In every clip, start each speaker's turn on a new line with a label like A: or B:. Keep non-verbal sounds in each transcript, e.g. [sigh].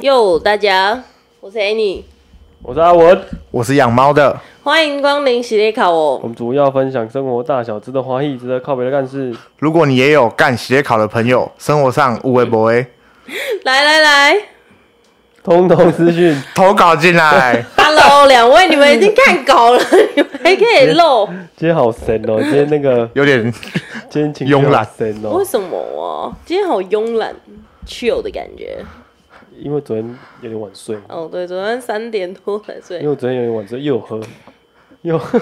A: Hello，大家，我是 Annie，
B: 我是阿文，
C: 我是养猫的，
A: 欢迎光临喜力考
B: 我
A: 哦。
B: 们主要分享生活大小，值得怀疑，值得靠北的干事。
C: 如果你也有干斜考的朋友，生活上无微不微，
A: 来来来
B: 通通资讯，
C: 投稿进来。
B: [laughs]
A: ，Hello，两位，你们已经看稿了，你们还可以漏？
B: 今天好神哦、今天那个
C: [laughs] 有点 [laughs]
B: 今天情绪好神哦、
A: 为什么啊？今天好慵懒，chill 的感觉。
B: 因为昨天有点晚睡，
A: 哦，对，昨天三点多才
B: 因为
A: 睡，
B: 我昨天有点晚睡，又有喝，又喝，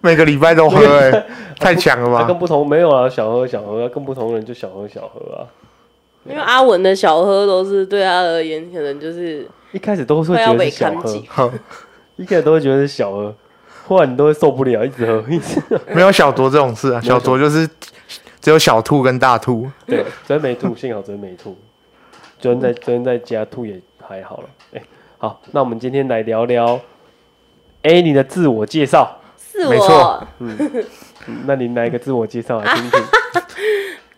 C: 每个礼拜都喝、欸，太强了
B: 那更
C: 吧？
B: 不同没有啊，小喝小喝啊，更不同人就小喝小喝啊。
A: 因为阿文的小喝都是对他而言，可能就是
B: 一开始都是会
A: 快要
B: 觉得
A: 被
B: 是小
A: 砍
B: 喝
A: 几，。
B: 一开始都会觉得是小喝，忽然你都会受不了，一直喝，一直喝。
C: 没有小卓这种事啊，小卓就是只有小兔跟大兔。
B: [laughs] 对，昨天没吐，幸好昨天没吐。昨天在昨天在家吐也还好了。哎、好，那我们今天来聊聊 A 你的自我介绍。
A: 是
C: 没
A: 我
C: 错，
B: 嗯那您来一个自我介绍啊来听听。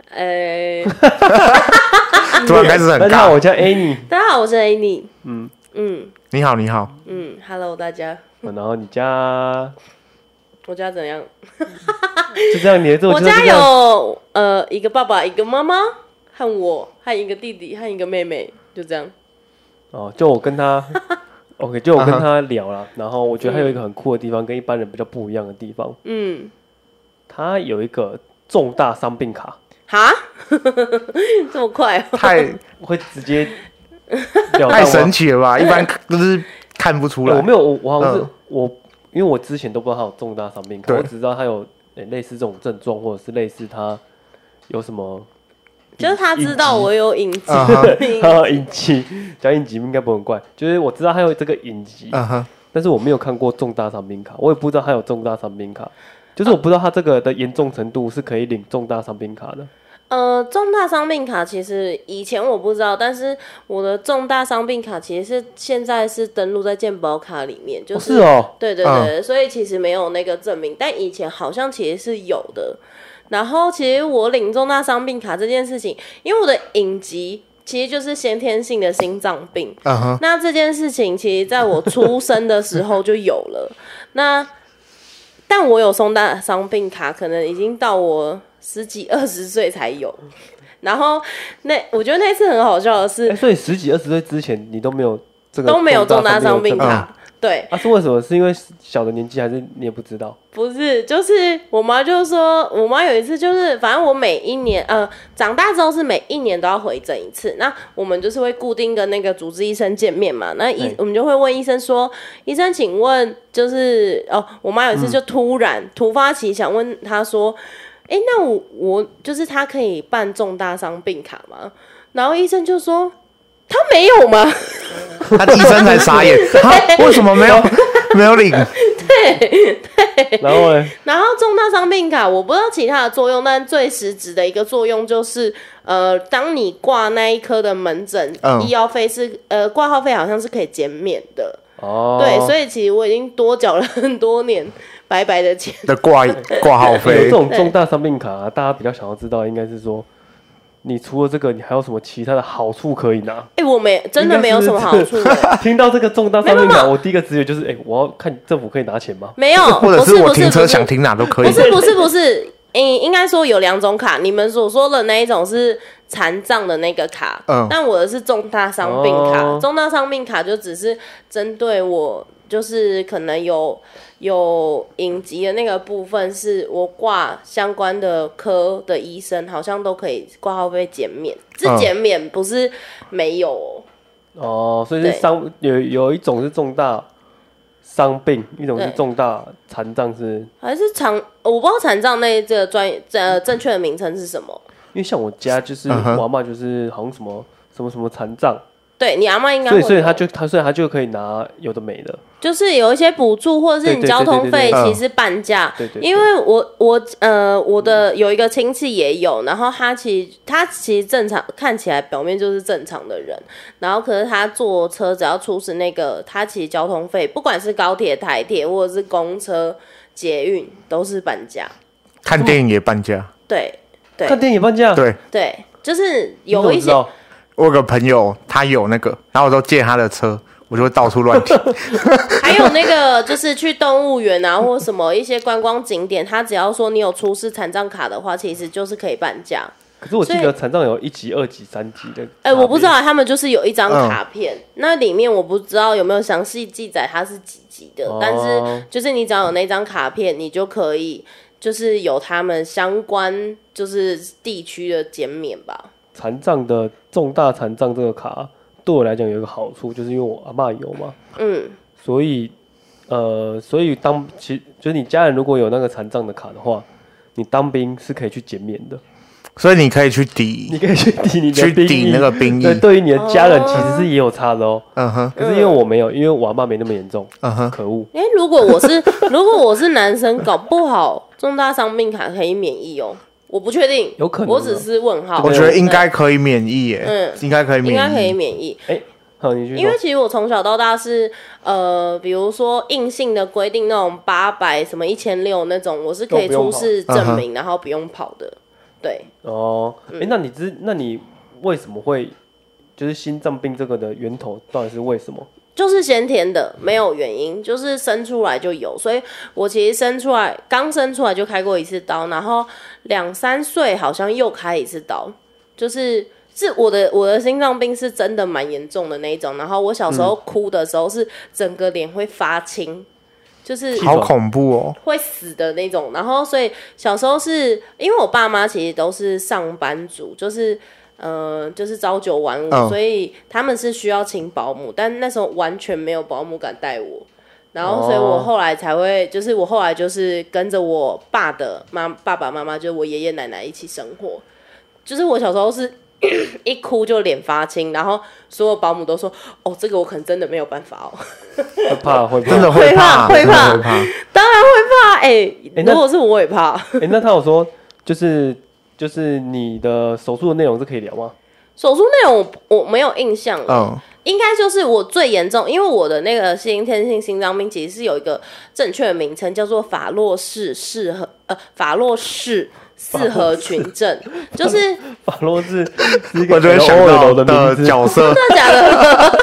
A: 哎，
C: 突然开始很
B: 大家好，我
C: 尬。
B: 叫 A 你，
A: 大家好，我是 Annie。
B: 嗯
A: 嗯
C: 你好，你好，
A: 嗯，Hello，大家，
B: 哦然后你家
A: 我家怎样？
B: 就这样，你的自我
A: 我
B: 介绍
A: 家
B: 就这样。
A: 有呃一个爸爸、一个妈妈和我，和一个弟弟和一个妹妹，就这样。
B: 哦，就我跟
C: [laughs]
B: 他，OK，就
C: 啊
B: 我跟他聊了。然后我觉得他有一个很酷的地方，跟一般人比较不一样的地方，
A: 嗯，
B: 他有一个重大伤病卡，
A: 哈， [laughs] 这么快、哦？
C: 太
B: 我会直
C: [laughs]
B: 接了
C: 太
B: 当我
C: 神奇了吧？一般都是看不出
B: 欸我
C: 来
B: 没。有，我我好像是、
C: 嗯
B: 我，因为我之前都不知道他有重大伤病卡，
C: 对
B: 我只知道他有、欸类似这种症状，或者是类似他有什么
A: 就是他知道我有隐疾，
C: [laughs] 嗯哼，
B: [laughs] 隐疾，讲隐疾应该不会很怪，就是我知道他有这个隐疾，
C: 嗯哼，
B: 但是我没有看过重大伤病卡，我也不知道他有重大伤病卡，就是我不知道他这个的严重程度是可以领重大伤病卡的。
A: 呃，重大伤病卡其实以前我不知道，但是我的重大伤病卡其实是现在是登录在健保卡里面，就
B: 哦是哦，
A: 对对对，所以其实没有那个证明，但以前好像其实是有的。然后其实我领重大伤病卡这件事情，因为我的隐疾其实就是先天性的心脏病，
C: 嗯哼，
A: 那这件事情其实在我出生的时候就有了。那但我有重大伤病卡，可能已经到我十几二十岁才有。然后那我觉得那次很好笑的
B: 哎、
A: 是
B: 所以十几二十岁之前你都没有这个
A: 都没有重大
B: 大
A: 伤病
B: 病的症状
A: 卡，对，
B: 啊？是为什么？是因为小的年纪，还是你也不
A: [laughs]
B: 知道？
A: 不是，就是我妈就说，我妈有一次就是，反正我每一年呃长大之后是每一年都要回诊一次。那我们就是会固定跟那个主治医生见面嘛。那医
B: 对
A: 我们就会问医生说，医生请问就是哦，我妈有一次就突然、突发奇想问他说，哎、那我我就是他可以办重大伤病卡吗？然后医生就说他没有吗？
C: 他医生才傻眼，啊为什么没有没有领？
B: 然后呢？
A: 然后重大伤病卡，我不知道其他的作用，但最实质的一个作用就是，呃，当你挂那一科的门诊，
C: 嗯
A: 医药费是呃挂号费好像是可以减免的，
B: 哦，
A: 对，所
B: 以
A: 以其实我已经多缴了很多年白白的钱。
C: 的挂挂号
B: 有这
C: 费，
B: 种重大伤病卡、啊，大家比较想要知道，应该是说，你除了这个，你还有什么其他的好处可以拿？
A: 哎、我没真的没有什么好处、
C: [laughs]
A: 欸，
B: 听到这个重大伤病
A: 没有
B: 卡，我第一个直觉就是，哎、我要看政府可以拿钱吗？
A: 没有，
C: 或者
A: 不是
C: 我
A: 不是
C: 停车
A: 不是
C: 想停哪都可以
A: 不。是不是不是，应应该说有两种卡，你们所说的那一种是残障的那个卡，
C: 嗯
A: 但我的是重大伤病卡。
B: 哦
A: 重大伤病卡就只是针对我，就是可能有有隐疾的那个部分，是我挂相关的科的医生好像都可以挂号费减免，是
C: 嗯
A: 减免，不是没有、哦。
B: 哦，所以是
A: 对
B: 伤有有一种是重大伤病，一种是
A: 对
B: 重大残障是，
A: 还是残，我不知道残障那这个专呃正确的名称是什么。
B: 因为像我家就是、
C: 嗯哼
B: 我妈就是好像什么什么什么残障，
A: 对你阿妈应该
B: 所
A: 会
B: 以所以
A: 有
B: 他就他所以他就可以拿有的没的，
A: 就是有一些补助，或者是你
B: 对对对
A: 交通费
B: 对嗯
C: 对对
A: 其实半价。
B: 对对对
A: 因为我我呃我的有一个亲戚也有，然后他其实他其实正常看起来表面就是正常的人，然后可是他坐车只要出示那个，他其实交通费不管是高铁、台铁或者是公车、捷运都是半价。
C: 看电影也半价，
A: 对对
B: 看电影放假，
C: 对，
A: 对，就是有
B: 你怎么
A: 一
B: 知
A: 些
B: 道
C: 我有个朋友他有那个，然后我都借他的车，我就会到处乱
B: [laughs]
C: 停。 [laughs]
A: 还有那个就是去动物园啊，或什么一些观光景点，他只要说你有出示残障卡的话，其实就是可以半价。
B: 可是我记
A: 所
B: 得
A: 以
B: 残障有一级、二级、三级的。
A: 哎、我不知道。啊，他们就是有一张卡片，那里面我不知道有没有详细记载它是几级的，
B: 哦
A: 但是就是你只要有那张卡片，你就可以就是有他们相关就是地区的减免吧。
B: 残障的重大残障这个卡对我来讲有一个好处，就是因为我阿爸有嘛，
A: 嗯，
B: 所以呃，所以当其就是你家人如果有那个残障的卡的话，你当兵是可以去减免的， [laughs]
C: 所以你可以去抵
B: 你可以去抵你的
C: 去
B: 兵
C: 抵
B: 役
C: 那个兵
B: 对，
C: 役。
B: 对于你的家人其实是也有差的哦。
C: 嗯哼，
B: 可是因为我没有，因为我阿爸没那么严重，
C: 嗯哼，
B: 可恶。
A: 哎、如果我是 [laughs] 如果我是男生，搞不好重大伤病卡可以免疫哦，我不确定，
B: 有可能啊
A: 我只是问号。
C: 我觉得应该可以免疫耶，
A: 嗯
C: 应该可以
A: 应该可
C: 免
A: 以
C: 疫。
A: 免疫，
B: 好，你去
A: 因
B: 说
A: 为。其实我从小到大是呃，比如说硬性的规定那种八百什么一千六那种，我是可以
B: 都不
A: 出
B: 用跑
A: 示
C: 嗯
A: 证
C: 哼
A: 明，然后不用跑的。对，
B: 哦，哎、那你知那你为什么会就是心脏病这个的源头到底是为什么？
A: 就是先天的，没有原因，就是生出来就有。所以我其实生出来刚生出来就开过一次刀，然后两三岁好像又开一次刀，就是。是我的我的心脏病是真的蛮严重的那一种，然后我小时
B: 嗯
A: 候哭的时候是整个脸会发青，就是
C: 好恐怖哦！
A: 会死的那种。然后，所以小时候是因为我爸妈其实都是上班族，就是呃，就是朝九晚五，
C: 嗯
A: 所以他们是需要请保姆，但那时候完全没有保姆敢带我。然后，所以我
B: 哦
A: 后来才会，就是我后来就是跟着我爸的妈爸爸妈妈，就是我爷爷奶奶一起生活。就是我小时候是 [coughs] 一哭就脸发青，然后所有保姆都说：“哦，这个我可能真的没有办法哦。”
B: 会
C: [laughs]
B: 怕会怕。
C: 真的
B: 哎、
C: 会
A: 会怕
C: 怕，
A: 会
C: 真的
A: 怕
C: 会怕。
A: 当然会怕，哎、
B: 那
A: 如果是我我也怕。
B: 那他有说就是就是你的手术的内容是可以聊吗？ [laughs]
A: 手术内容我我没有印象了，
C: 嗯，
A: 应该就是我最严重，因为我的那个先天性心脏病其实是有一个正确的名称，叫做法洛氏适合呃法洛氏四合群
C: [laughs]
A: 症，就是真
B: 法洛是是一个
C: 我就会想
B: LOL
C: 到
B: 的名字，
C: 角色，
A: 的假的？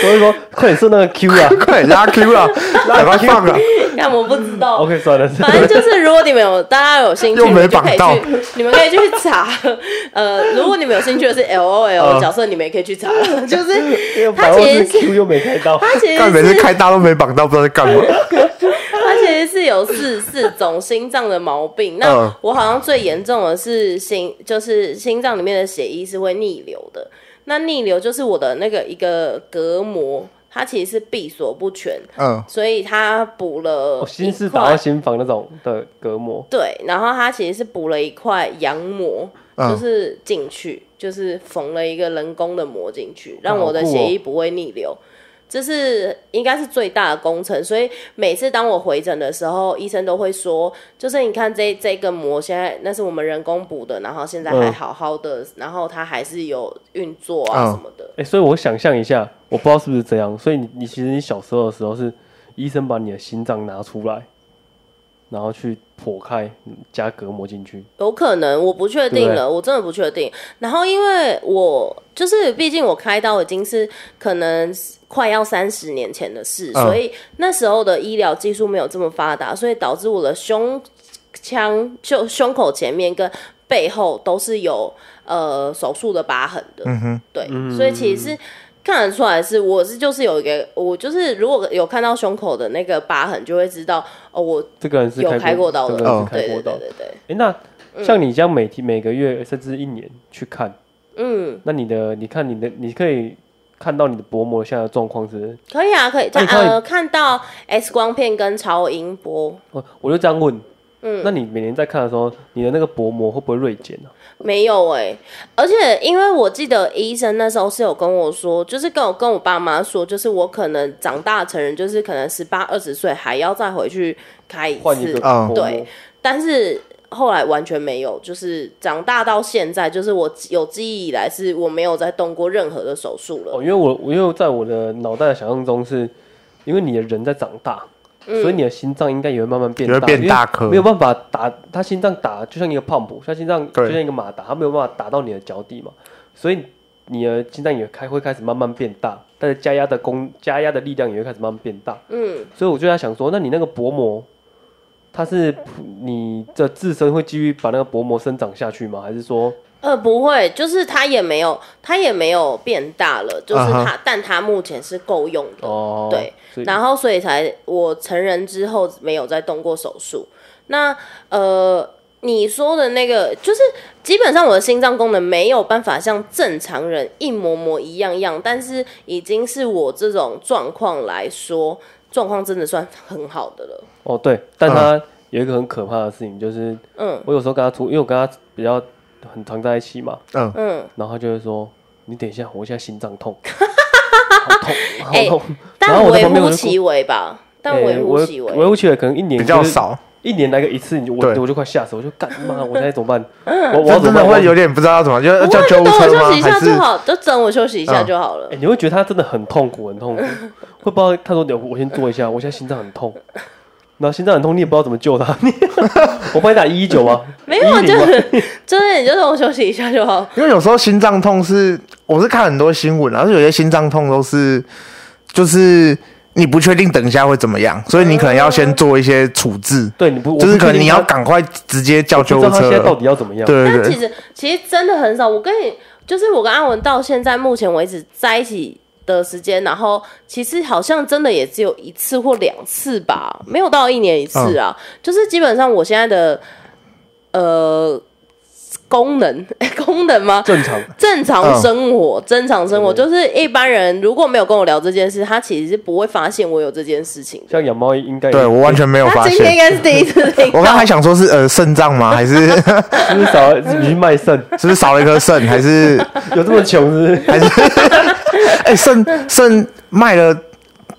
B: 所以说快点说那个 Q
C: [laughs]
B: 啊。
C: 快拉 Q 了，赶快放啊了。
A: 但哎我不知
C: [laughs]
A: 道。
B: OK，算了，
A: 反正就是，如果你们有大家有兴趣，
C: 又
A: 你
C: 没
A: 们就可以
C: 绑到
A: 去，你们可以去查。 [laughs] 呃，如果你们有兴趣的
C: [laughs]
A: 是
C: 啊
A: L O L 角色，你们也可以去查。就是
B: 因为
A: 他
B: 法洛
A: 其
B: 是
A: 实是
B: Q 又没
A: [laughs]
B: 开到。
A: 它其实
C: 但每
A: 是
C: 次开大都没绑到，不知道在干嘛。
A: 他其实是有四四种心脏的毛病。
C: 嗯
A: 那我好像最严重的是心，就是心脏里面的血液是会逆流的。那逆流就是我的那个一个隔膜，它其实是闭锁不全，
C: 嗯，
A: 所以它补了
B: 我
A: 一
B: 哦心室打
A: 块
B: 到心房那种的隔膜，
A: 对，然后它其实是补了一块羊膜，
C: 嗯
A: 就是进去，就是缝了一个人工的膜进去，让
B: 好
A: 我的
B: 酷
A: 血
B: 哦
A: 液不会逆流。这是应该是最大的工程，所以每次当我回诊的时候，医生都会说，就是你看这这个膜现在那是我们人工补的，然后现在还
B: 嗯
A: 好好的，然后它还是有运作啊
C: 嗯
A: 什么的。
B: 哎、所以我想象一下，我不知道是不是这样，所以你你其实你小时候的时候是医生把你的心脏拿出来，然后去剖开嗯加隔膜进去，
A: 有可能，我不确定
B: 对
A: 了，我真的不确定。然后因为我就是，毕竟我开刀已经是可能快要三十年前的事，
C: 嗯
A: 所以那时候的医疗技术没有这么发达，所以导致我的胸腔就胸口前面跟背后都是有呃手术的疤痕的。
C: 嗯哼，
A: 对，所以其实是看得出来是我是就是有一个我就是如果有看到胸口的那个疤痕，就会知道哦，我
B: 这个人是
A: 有
B: 开
A: 开过刀的
B: 这个人是
C: 哦
B: 开
A: 对
B: 过
A: 对
B: 刀。
A: 对
B: 哎、
A: 对嗯对，
B: 那像你这样每天每个月甚至一年去看，
A: 嗯。
B: 那你的你看你的你可以看到你的薄膜下的状况是不是？
A: 可以啊，可以，
B: 那你看
A: 呃，看到 X 光片跟超音波
B: 我哦我就这样问，
A: 嗯
B: 那你每年在看的时候，你的那个薄膜会不会锐减啊呢、
A: 没有哎、而且因为我记得医生那时候是有跟我说，就是跟我跟我爸妈说，就是我可能长大成人，就是可能十八二十岁还要再回去开一
B: 换一
A: 次
B: 个，
C: 嗯
B: 薄膜，
A: 对但是后来完全没有，就是长大到现在，就是我有记忆以来是我没有再动过任何的手术了。
B: 哦，因为我我因为在我的脑袋的想象中是，因为你的人在长大，
A: 嗯
B: 所以你的心脏应该也会慢慢变
C: 也会
B: 大，
C: 变大颗
B: 因为没有办法打，它心脏打就像一个 pump，像心脏
C: 对
B: 就像一个马达，它没有办法打到你的脚底嘛，所以你的心脏也开会开始慢慢变大，但是加压的功加压的力量也会开始慢慢变大。
A: 嗯，
B: 所以我就在想说，那你那个薄膜，它是你的自身会继续把那个薄膜生长下去吗？还是说，
A: 呃，不会，就是它也没有，它也没有变大了，就是
C: 啊
A: 它
C: 哈
A: 但它目前是够用的。
B: 哦，
A: 对，
B: 所以
A: 然后所以才我成人之后没有再动过手术。那呃，你说的那个就是基本上我的心脏功能没有办法像正常人一模模一样样，但是已经是我这种状况来说，状况真的算很好的了。
B: 哦对，但它有一个很可怕的事情，就是
A: 嗯
B: 我有时候跟他出，因为我跟他比较很常在一起嘛，
C: 嗯，
A: 嗯，
B: 然后他就会说：“你等一下，我现在心
A: [laughs]
B: 脏痛，好痛，好痛。然
A: 但
B: 后我在
A: 微
B: 旁边
A: 乎
B: 我就哭
A: 其微吧，哎但
B: 哎
A: 微乎
B: 我
A: 其微。
B: 微乎其微，可能一年
C: 比较
B: 就是，
C: 少，
B: 一年来个一次，你就我
C: 对
B: 我就快吓死，我就干妈，
A: [laughs]
B: 我现在怎么办？
A: 嗯
B: 我我要怎
C: 这真
B: 么
C: 的
B: 办？
C: 会有点不知道怎么，就
A: 不
C: 叫
A: 会，
C: 救
A: 就
C: 护
A: 等我
C: 车吗
A: 休息？一
C: 还
A: 下
C: 是
A: 就好，就等我休息一下
C: 嗯
A: 就好了
B: 哎、。你会觉得他真的很痛苦，
A: [laughs]
B: 很痛苦。会不知道他说我我先坐一下，我现在心脏很痛，然后心脏很痛，你也不知道怎么救他。你 [laughs] 我帮你打一一九吗？
A: 没有啊，
B: 110
A: 就
B: 吗
A: 是就是你就等我休息一下就好。
C: 因为有时候心脏痛是，我是看很多新闻啊，然后有些心脏痛都是，就是你不确定等一下会怎么样，所以你可能要先做一些处置，
B: 对你不，
C: 就是可能你要
B: 搞
C: 赶快直接叫
B: 知
C: 救
B: 道
C: 护
B: 他
C: 车
B: 现在到
C: 了。
B: 底要怎么样。
C: 对对
A: 但其
C: 对，
A: 实其实真的很少。我跟你就是我跟阿文到现在目前为止在一起的时间，然后其实好像真的也只有一次或两次吧，没有到一年一次啊。
C: 嗯
A: [laughs] 就是基本上我现在的呃功能、 [laughs] 功能吗？
B: 正常，
A: 正
C: 嗯
A: 常生活，正常生活就是一般人如果没有跟我聊这件事，他其实是不会发现我有这件事情的。
B: 像养猫应该也
C: 对我完全没有
A: 他
C: 发
A: 今天应
C: 现。
A: 该是第一次听到，
C: [laughs] 我刚才想说是呃肾脏吗？还是
B: 是不是少了你去卖
C: [laughs]
B: 肾？
C: 是不是少了一颗肾？还是
B: 有这么穷是不是？
C: 还是哎肾肾卖了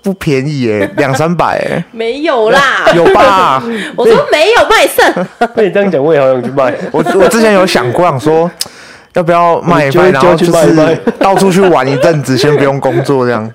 C: 不便宜耶，两三百耶，
A: 没有
C: [laughs]
A: 啦，
C: 有吧？
A: 我说没有卖肾，
B: 被你这样讲，我也好想去
C: [laughs]
B: 卖。
C: 我我之前有想过，想说要不要卖一
B: 就
C: 卖，然后
B: 就去
C: 就
B: 卖一卖
C: 是到处去玩一阵子，先不用工作
A: [laughs]
C: 这样。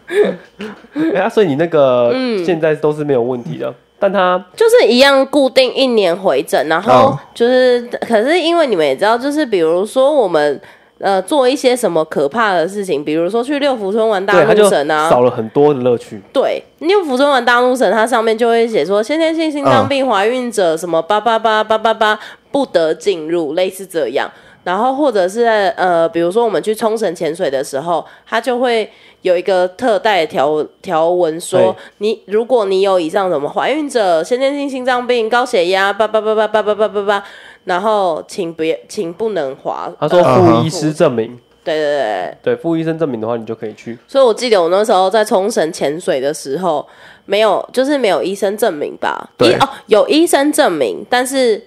B: 哎、啊所以你那个
A: 嗯
B: 现在都是没有问题的，但他
A: 就是一样固定一年回诊，然
B: 哦
A: 后就是，可是因为你们也知道，就是比如说我们呃做一些什么可怕的事情，比如说去六福村玩大
B: 对他就
A: 怒神啊，
B: 少了很多的乐趣。
A: 对，六福村玩大怒神，它上面就会写说先天性心脏病怀孕者什么八八八八八八不得进入，类似这样。然后或者是呃，比如说我们去冲绳潜水的时候，它就会有一个特带条条文说
B: 对，
A: 你如果你有以上什么怀孕者、先天性心脏病、高血压，八八八八八八八八八，然后请别请不能滑。
B: 他说
A: 呃
C: 嗯
B: 副医师证明，
A: 对对对对，
B: 对副医生证明的话，你就可以去。
A: 所以我记得我那时候在冲绳潜水的时候，没有就是没有医生证明吧？
C: 对
A: 医哦，有医生证明，但是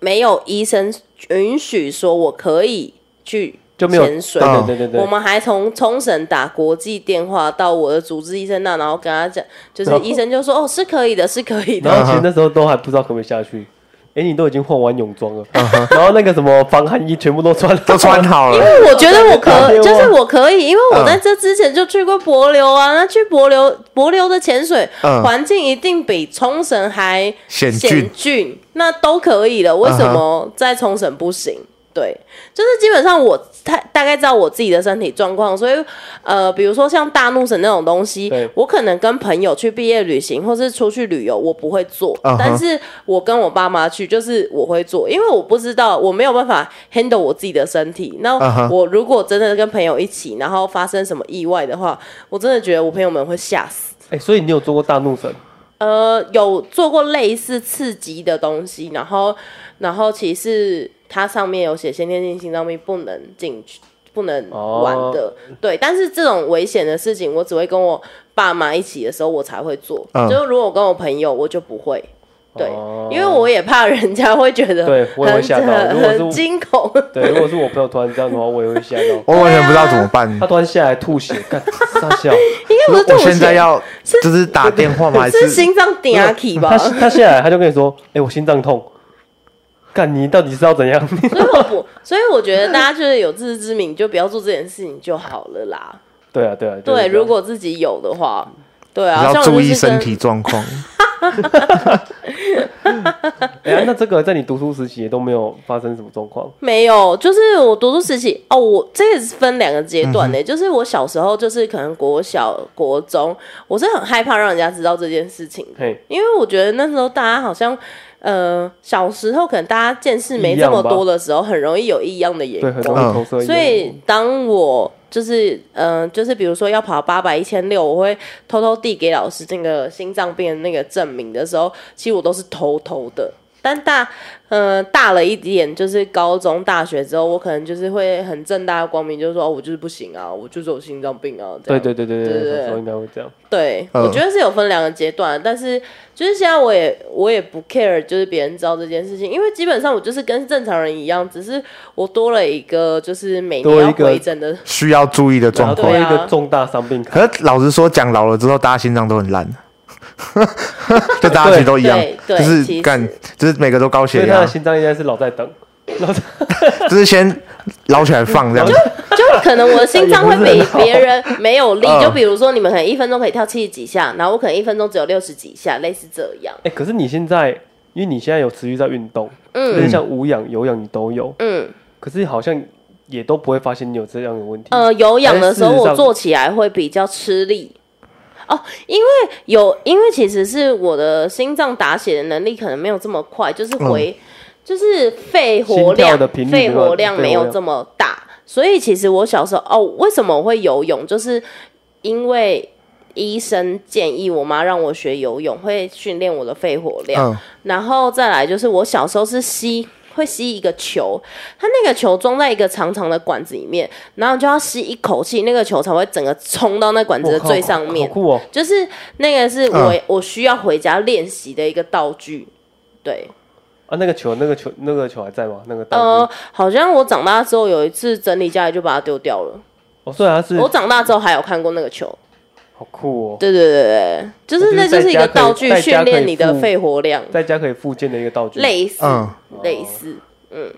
A: 没有医生允许说我可以去
B: 就没有
A: 潜水。
C: 啊
B: 对哦对对对
A: 我们还从冲绳打国际电话到我的主治医生那，然后跟他讲，就是
B: 然后
A: 医生就说哦是可以的，是可以的。
B: 然后其实那时候都还不知道可不可以下去。哎、你都已经换完泳装了然后那个什么防寒衣全部都穿了，
C: 嗯都穿好
A: 因
C: 了，
A: 为我觉得我
B: 打
A: 可，
B: 电话
A: 就是我可以，因为我
C: 嗯
A: 在这之前就去过帛琉啊，那去帛琉，帛琉的潜水
C: 嗯
A: 环境一定比冲绳还
C: 险峻
A: 险峻，那都可以了，为什么在冲绳不行？对，就是基本上我大大概知道我自己的身体状况，所以呃，比如说像大怒神那种东西
B: 对，
A: 我可能跟朋友去毕业旅行或是出去旅游，我不会做
C: 嗯哼
A: 但是我跟我爸妈去，就是我会做，因为我不知道我没有办法 handle 我自己的身体。那
C: 嗯哼
A: 我如果真的跟朋友一起，然后发生什么意外的话，我真的觉得我朋友们会吓死。
B: 哎、所以你有做过大怒神？
A: 呃，有做过类似刺激的东西，然后，然后其实它上面有写先天性心脏病不能进去、不能玩
B: 哦
A: 的，对。但是这种危险的事情，我只会跟我爸妈一起的时候我才会做，
C: 嗯
A: 就是如果我跟我朋友，我就不会。对，
B: 哦
A: 因为我也怕人家会觉得
B: 对我也会
A: 很
B: 吓到如
A: 很
B: 果是
A: 很惊
B: [laughs]
A: 恐。
B: 对，如果是我朋友突然这样的话，我也会吓到。
C: 我完全不知道怎么办
B: 他。突然下来吐血， [laughs] 干傻笑。
A: 应该不是
C: 我
A: 吐
C: 现在
A: 血，
C: 要就是打电话吗？还
A: 是
C: 是
A: 心脏顶
B: [laughs]
A: 阿 k 吧
B: 他？他下来他就跟你说，哎、我心脏痛。干你到底是要怎样？ [laughs]
A: 所以我不，所以我觉得大家就是有自知之明，就不要做这件事情就好了啦。
B: 对啊，对啊，就是这
A: 对，
B: 样
A: 如果自己有的话，对啊，
C: 要
A: 像我
C: 注
A: 就
C: 意
A: 是
C: 身
A: 跟
C: 体状况？
B: 哎、呀，那这个在你读书时期也都没有发生什么状况，
A: 没有，就是我读书时期哦，我这也是分两个阶
B: 嗯
A: 段的、就是我小时候就是可能国小、国中，我是很害怕让人家知道这件事情的，
B: 嘿，
A: 因为我觉得那时候大家好像。呃，小时候可能大家见识没这么多的时候，很容易有异样的眼
B: 对，很
A: 光
C: 嗯
B: 容。易投射一样。
A: 所以当我就是嗯、呃就是比如说要跑八百、一千六，我会偷偷递给老师那个心脏病的那个证明的时候，其实我都是偷偷的。但大呃大了一点，就是高中、大学之后，我可能就是会很正大光明，就是说、哦、我就是不行啊，我就是有心脏病啊。这
B: 对
A: 样
B: 对对对
A: 对
B: 对
A: 对对
B: 对，小时候应该会这样。
A: 对，
C: 嗯
A: 我觉得是有分两个阶段，但是就是现在我也我也不 care，就是别人知道这件事情，因为基本上我就是跟正常人一样，只是我多了一个就是每年
B: 多
A: 要
B: 一个
A: 回诊的
C: 需要注意的
B: 然
C: 状
B: 后
A: 对
B: 多
C: 况。
B: 一
A: 啊
B: 个重大伤病卡，
C: 可是老实说，讲老了之后，大家心脏都很
A: [laughs]
C: 烂，就大家其实都一样
A: 对，
C: 就
A: 对其
C: 是
A: 实
C: 干，就是每个都高
B: 所
C: 血
B: 以他
C: 压
B: 的，心脏应该是老在等，老在
C: 就是先捞起来放这样子。
A: 就可能我的心脏会
B: [laughs] 也
A: 比
B: 不是很好
A: 别人没有
B: [laughs]
A: 力。
C: 嗯
A: 就比如说，你们可能一分钟可以跳七十几下，然后我可能一分钟只有六十几下，类似这样。
B: 哎、可是你现在，因为你现在有持续在运动，就
A: 嗯
B: 是像无氧、有氧你都有，
A: 嗯
B: 可是好像也都不会发现你有这样的问题。
A: 呃，有氧的时候
B: 但是事实
A: 我
B: 上
A: 做起来会比较吃力。哦，因为有，因为其实是我的心脏打血的能力可能没有这么快，就是回，就是肺活
B: 嗯心跳
A: 量
B: 的频率
A: 肺
B: 没有
A: 活量没有这么大，所以其实我小时候哦，为什么我会游泳，就是因为医生建议我妈让我学游泳，会训练我的肺活量。
C: 嗯，
A: 然后再来就是我小时候是吸。会吸一个球，它那个球装在一个长长的管子里面，然后你就要吸一口气，那个球才会整个冲到那管子的
B: 我靠
A: 最上面
B: 好。酷哦！
A: 就是那个是我、
C: 嗯
A: 我需要回家练习的一个道具。对，
B: 啊，那个球，那个球，那个球还在吗？那个道具
A: 呃，好像我长大之后有一次整理家里就把它丢掉了。
B: 哦，虽然它是
A: 我长大之后还有看过那个球。
B: 好酷哦，
A: 对对对对，对就是那就是一个道具
B: 在家可以
A: 训练你的肺活量，
B: 在家可以复健的一个道具。
A: 类似、
C: 嗯
A: 类似。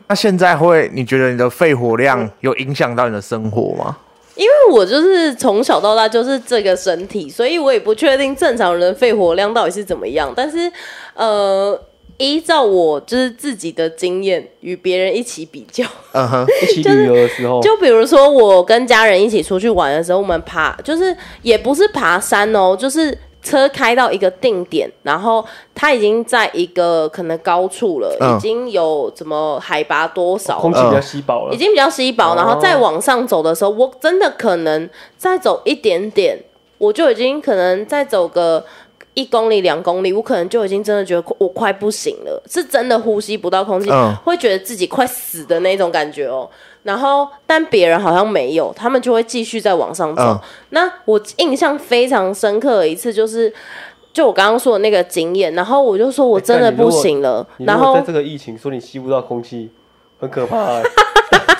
C: 那现在会，你觉得你的肺活量有影响到你的生活吗？
A: 因为我就是从小到大就是这个身体，所以我也不确定正常人的肺活量到底是怎么样。但是，呃，依照我就是自己的经验与别人一起比较，
B: 哦
C: 嗯哼，
B: 一起旅游的时候，
A: 就比如说我跟家人一起出去玩的时候，我们爬就是也不是爬山哦，就是车开到一个定点，然后它已经在一个可能高处了，
C: 嗯
A: 已经有怎么海拔多少
B: 空气比较稀薄了
A: 已。经比较稀薄，
B: 哦
A: 然后再往上走的时候，我真的可能再走一点点，我就已经可能再走个一公里、两公里，我可能就已经真的觉得我快不行了，是真的呼吸不到空气，
C: 嗯
A: 会觉得自己快死的那种感觉哦。然后，但别人好像没有，他们就会继续再往上走。
C: 嗯
A: 那我印象非常深刻的一次就是。就我刚刚说的那个经验，然后我就说我真的
B: 哎干你如
A: 不
B: 果
A: 行了，
B: 你如
A: 然
B: 果
A: 后
B: 在这个疫情说你吸不到空气，很可怕、欸。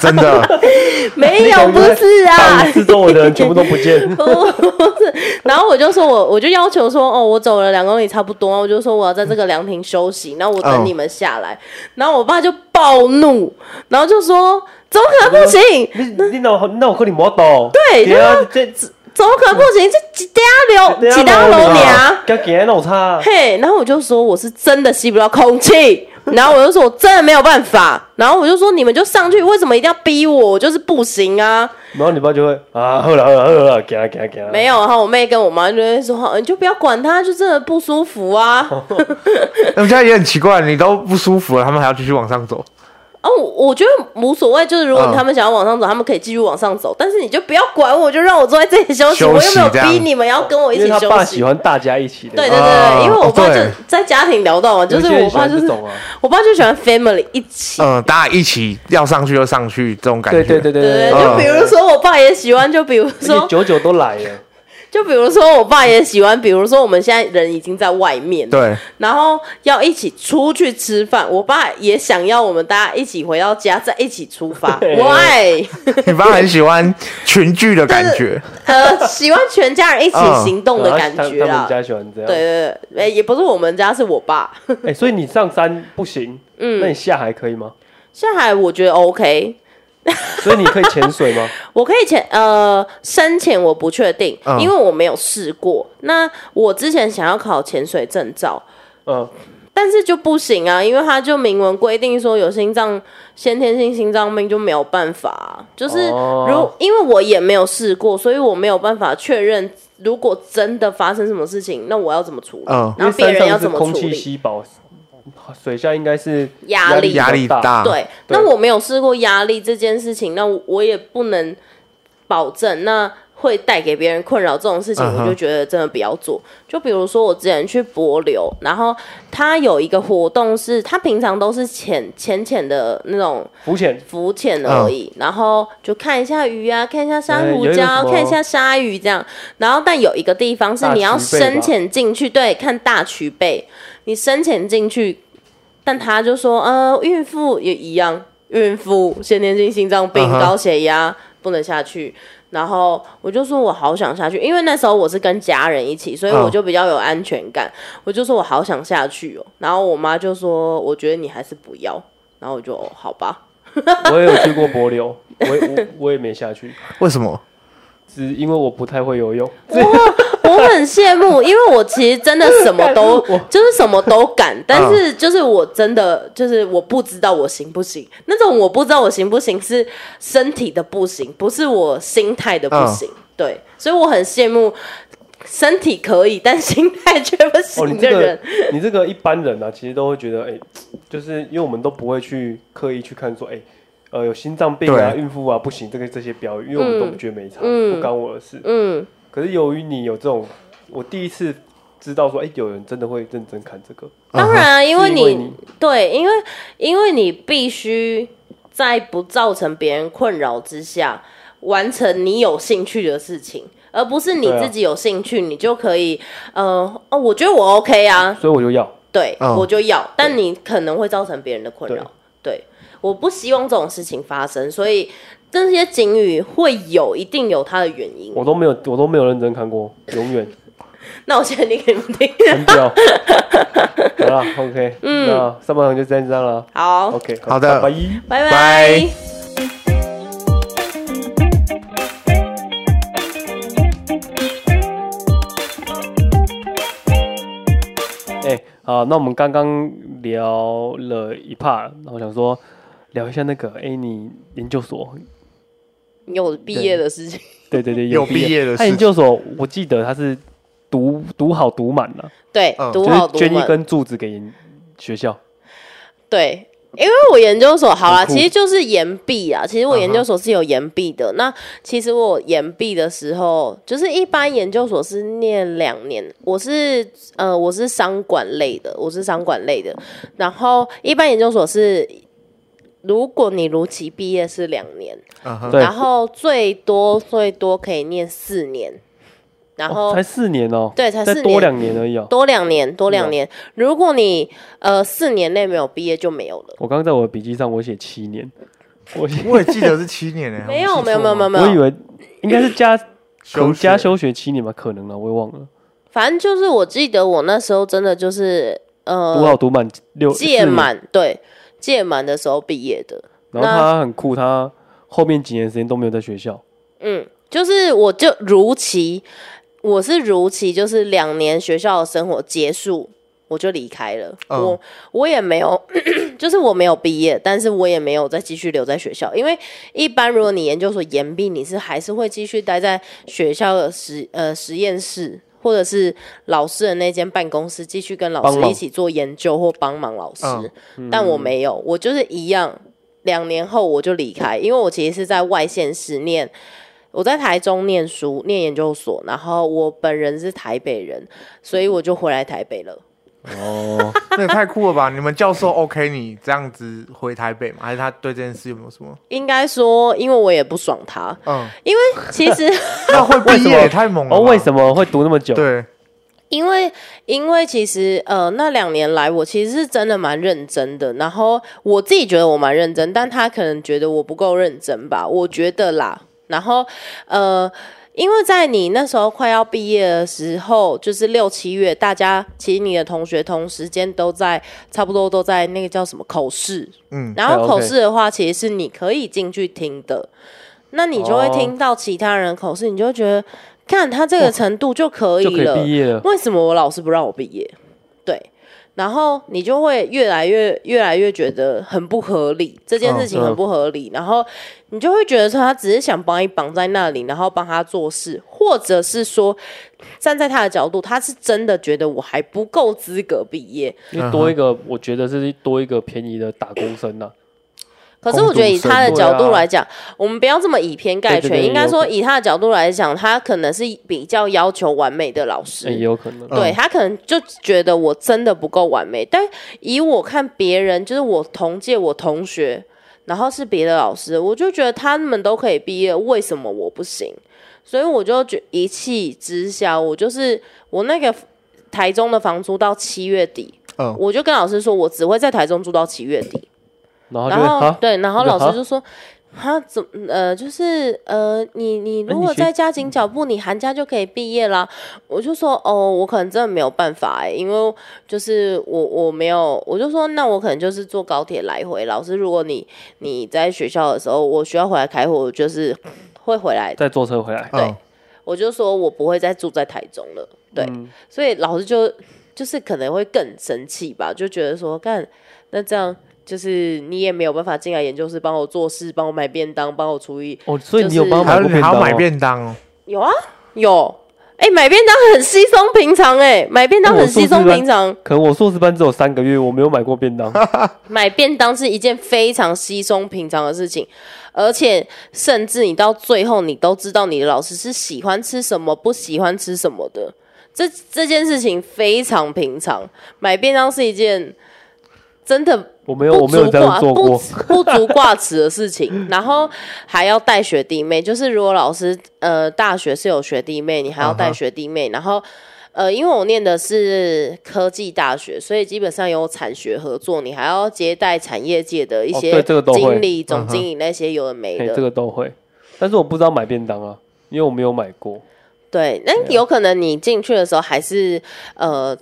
C: 真的，
A: [laughs] 没有
B: 你
A: 不
B: 可能
A: 是啊，
B: 把，你四周围的人全部都不见
A: [laughs] 不 [laughs] 是，然后我就说我我就要求说哦，我走了两公里差不多，我就说我要在这个凉亭休息，然后我等你们下来。然后我爸就暴怒，然后就说怎么可能不行？
B: 你你脑脑壳里没懂。
A: 对
B: 对啊，这
A: 怎么可能不行？这几家流几家楼啊
B: 你
A: 娘？，
B: 啊跟给脑差。
A: 嘿，然后我就说我是真的吸不到空气，然后我就说我真的没有办法，然后我就说你们就上去，为什么一定要逼我？我就是不行啊。
B: 然后你爸就会啊，后来后来后来，给啊给啊给啊。
A: 没有，然后我妹跟我妈就会说，哦你就不要管他，就真的不舒服啊。
C: 他们现在也很奇怪，你都不舒服了，他们还要继续往上走。
A: 哦，我我觉得无所谓，就是如果
C: 嗯
A: 他们想要往上走，他们可以继续往上走，但是你就不要管我，就让我坐在这里休
B: [laughs]
A: 息，
C: 休息
A: 我又没有
C: 这样
A: 逼你们要跟我一起
B: 因为他
A: 休
B: 爸喜
A: 息。
B: 欢大家一起的。
A: 对对对，
C: 啊
A: 对因为我爸
C: 哦
A: 就
C: 对
A: 在家庭聊到嘛，就
B: 有
A: 是
B: 些人
A: 我
B: 喜
A: 爸
B: 欢
A: 就
B: 这
A: 是
B: 种啊。
A: 我爸就喜欢 family 一起。
C: 嗯，大家一起要上去就上去，这种感觉。
B: 对对对对
A: 对，
B: 对
A: 就
C: 嗯
A: 比如说我爸也喜欢，就比如
B: 而且
A: 说，
B: 九九都
A: [laughs]
B: 来了，
A: 就比如说我爸也喜欢，比如说我们现在人已经在外面，
C: 对
A: 然后要一起出去吃饭，我爸也想要我们大家一起回到家再一起出发。
B: 对
A: Why？
C: 你爸很喜欢群聚的感觉，
A: [laughs] 呃，喜欢全家人一起行动的感觉
B: 嗯他他
A: 啦
B: 们。家喜欢这样。
A: 对对对，哎，也不是我们家，是我爸。
B: 哎、
A: 嗯
B: 所以你上山不行，那你下还可以吗？
A: 下海我觉得 OK，
B: 所以你可以潜水
A: [laughs]
B: 吗？
A: 我可以潜呃深潜我不确定，
C: 嗯
A: 因为我没有试过。那我之前想要考潜水证照，
B: 嗯，
A: 但是就不行啊，因为它就明文规定说有心脏先天性心脏病就没有办法啊、就是
B: 哦
A: 如、因为我也没有试过，所以我没有办法确认如果真的发生什么事情，那我要怎么处理？
C: 嗯
A: 然后
B: 因
A: 别
B: 为山
A: 人要
B: 上是
A: 怎么
B: 空
A: 处
B: 气
A: 理？
B: 稀薄，水下应该是
A: 压力
C: 压力
B: 比较
C: 大，，
A: 对，那我没有试过压力这件事情，那我我也不能保证那会带给别人困扰这种事情，
C: 嗯哼
A: 我就觉得真的不要做。就比如说我之前去柏流，然后他有一个活动是，他平常都是浅浅浅的那种
B: 浮潜
A: 浮潜而已，然后就看一下鱼啊，看一下珊瑚
B: 嗯哎有一个
A: 礁
B: 什，么
A: 看一下鲨鱼这样。然后但有一个地方是你要
B: 大渠贝吧
A: 深潜进去，对，看大渠贝，你深潜进去，但他就说，呃，孕妇也一样，孕妇先天性心脏病、
C: 嗯哼
A: 高血压不能下去。然后我就说，我好想下去，因为那时候我是跟家人一起，所以
C: 嗯
A: 我就比较有安全感。我就说，我好想下去哦。然后我妈就说，我觉得你还是不要。然后我就、哦好吧，
B: 我也有去过柏流， [laughs] 我也我我也没下去，
C: 为什么？
B: 只因为我不太会游泳。
A: 我很羡慕，因为我其实真的什么
B: [laughs]
A: 都就是什么都敢，
B: 嗯
A: 但是就是我真的就是我不知道我行不行，那种我不知道我行不行是身体的不行，不是我心态的不行。
B: 嗯
A: 对，所以我很羡慕身体可以，但心态却不
B: 哦，
A: 行
B: 你
A: 的
B: 这
A: 人
B: 个。 [laughs] 你这个一般人啊，其实都会觉得，哎、就是因为我们都不会去刻意去看说，哎、呃，有心脏病啊、
C: 对
B: 孕妇啊不行，这个这些标语，因为我们都不觉得没差，
A: 嗯
B: 不干我的事。
A: 嗯，
B: 可是由于你有这种，我第一次知道说，哎、有人真的会认真看这个，
A: 当然啊，因为
B: 是
A: 你
B: 因为你
A: 对，因为因为你必须在不造成别人困扰之下，完成你有兴趣的事情，而不是你
B: 对啊
A: 自己有兴趣，你就可以呃哦，我觉得我 OK 啊，
B: 所以我就要。
A: 对、
C: 哦
A: 我就要，但你可能会造成别人的困扰，对，我不希望这种事情发生，所以这些警语会有一定有它的原因。
B: 我都没有，我都没有认真看过，
A: [laughs]
B: 永远
A: 那我现在念给你们听， [laughs]
B: 很屌。好啦 o k
A: 嗯
B: 那上半场就这样了。
A: 好，
B: OK，
C: 好的
B: 拜拜。
A: 拜拜。
C: 拜
B: 哎、好，那我们刚刚聊了一 part，那我想说聊一下那个，哎、你研究所，
A: 有毕业的事情， [laughs]
B: 对对对，
C: 有
B: 毕
C: 毕业的
B: 他
C: 事
B: 研究所，我记得他是读读好读满了，
A: 对，
C: 嗯
A: 读
B: 就
A: 好
B: 是
A: 读
B: 捐一
A: 满。
B: 根柱子给研学校。
A: 对，因为我研究所好啦，
B: 很酷
A: 其实就是延毕啊。其实我研究所是有延毕的。
B: 嗯
A: 那其实我延毕的时候，就是一般研究所是念两年，我是呃我是商管类的，我是商管类的。然后一般研究所是，如果你如期毕业是两年，
C: 嗯哼，
B: 对
A: 然后最多最多可以念四年，然后、
B: 哦、才四年哦，
A: 对才
B: 再
A: 四
B: 多
A: 年
B: 两年而已哦。
A: 多两年，多两年。如果你呃四年内没有毕业就没有了。
B: 我刚刚在我的笔记上我写
A: [laughs]
B: 七年，我写
C: 我也记得是七年呢，
A: 没有
C: 我记
A: 没
C: 错
A: 有
C: 了
A: 没有没有没有，
B: 我以为应该是加可能
C: [laughs] 休
B: 加
C: 假
B: 休学七年吧，可能啊，我也忘了。
A: 反正就是我记得我那时候真的就是
B: 读
A: 呃
B: 好读满六四
A: 届
B: 年，
A: 满对届满的时候毕业的，
B: 然后
A: 那
B: 他很酷，他后面几年时间都没有在学
C: [laughs]
B: 校。
A: 嗯，就是我就如期，我是如期，就是两年学校的生活结束。我就离开了，
C: 嗯
A: 我我也没有， [clears throat] 就是我没有毕业，但是我也没有再继续留在学校，因为一般如果你研究所研毕，你是还是会继续待在学校的实呃实验室或者是老师的那间办公室，继续跟老师
B: 帮忙
A: 一起做研究或帮忙老师，
C: 嗯
A: 但我没有，我就是一样，两年后我就离开，因为我其实是在外县市念，我在台中念书，念研究所，然后我本人是台北人，所以我就回来台北了。
B: 哦，
C: 那也太酷了吧！你们教授 OK 你这样子回台北吗？还是他对这件事有没有什么？
A: 应该说，因为我也不爽他，
C: 嗯，
A: 因为其实
C: 那会毕
B: 为什
C: 业
B: 么
C: 也太猛了吧。
B: 哦，为什么会读那么久？
C: 对，
A: 因为因为其实呃那两年来，我其实是真的蛮认真的，然后我自己觉得我蛮认真，但他可能觉得我不够认真吧，我觉得啦。然后呃，因为在你那时候快要毕业的时候，就是六七月，大家其实你的同学同时间都在，差不多都在那个叫什么口试，嗯，然
B: 对
A: 后
B: ，OK
A: 口试的话，其实是你可以进去听的，那你就会
B: 哦
A: 听到其他人的口试，你就会觉得，看他这个程度就可
B: 就可
A: 以
B: 以
A: 了，
B: 毕业了。
A: 为什么我老师不让我毕业？对，然后你就会越来越越来越觉得很不合理，这件事
B: 哦嗯
A: 情很不合理，然后你就会觉得说他只是想帮你绑在那里，然后帮他做事，或者是说站在他的角度，他是真的觉得我还不够资格毕业。
B: 因为多一
C: 嗯
B: 个，我觉得是多一个便宜的打工生呐、啊
A: 可是我觉得以他的角度来讲，我们不要这么以偏概
B: 对对
A: 全，
B: 对
A: 应该
B: 有
A: 说
B: 可
A: 以他的角度来讲，他可能是比较要求完美的老师
B: 欸，也有可能。
A: 对他可能就觉得我真的不够完美，但以我看别人，就是我同届我同学，然后是别的老师，我就觉得他们都可以毕业，为什么我不行？所以我就觉一气之下，我就是我那个台中的房租到七月底，
C: 嗯
A: 我就跟老师说，我只会在台中住到七月底。
B: 然后就
A: 然
B: 会
A: 后
B: 哈，
A: 对，然后
B: 你
A: 老
B: 说哈
A: 师就说。他怎么呃，就是呃，你你
B: 哎
A: 如
B: 你
A: 果
B: 学
A: 再加紧脚步，你寒假就可以毕业啦。我就说哦，我可能真的没有办法哎、因为就是我我没有，我就说那我可能就是坐高铁来回。老师，如果你你在学校的时候，我学校回来开会，我就是会回来
B: 再坐车回来。
A: 对
C: 嗯，
A: 我就说我不会再住在台中了，对，
B: 嗯
A: 所以老师就就是可能会更生气吧，就觉得说干那这样就是你也没有办法进来研究室帮我做事，帮我买便当，帮我处理，
B: 哦，所以
A: 就
B: 你有
A: 是
B: 帮他
C: 还
B: 买
C: 要
B: 过便当、哦？
C: 还要买便当哦，
A: 有啊有，哎、买便当很稀松平常哎、买便当
B: 那我
A: 很稀
B: 是不是
A: 松
B: 蛮
A: 平常，
B: 可能我硕士班只有三个月，我没有买过便当。
A: 买便当是一件非常稀松平常的事情，而且甚至你到最后，你都知道你的老师是喜欢吃什么，不喜欢吃什么的。这这件事情非常平常，买便当是一件真的
B: 我没有，我
A: 不
B: 没有
A: 足
B: 这
A: 挂
B: 样做
A: 不
B: 过。
A: 不足挂齿的事情，然后还要带学弟妹，就是如果老师呃大学是有学弟妹，你还要
B: 嗯
A: 带学弟妹，然后。呃，因为我念的是科技大学，所以基本上有产学合作，你还要接待产业界的一
B: 哦
A: 些
B: 对这个都会
A: 经理、总
C: 嗯哼
A: 经理那些有的没
B: 嘿，
A: 的。
B: 这个都会，但是我不知道买便当啊，因为我没有买过。
A: 对，那
B: 啊
A: 有可能你进去的时候还是呃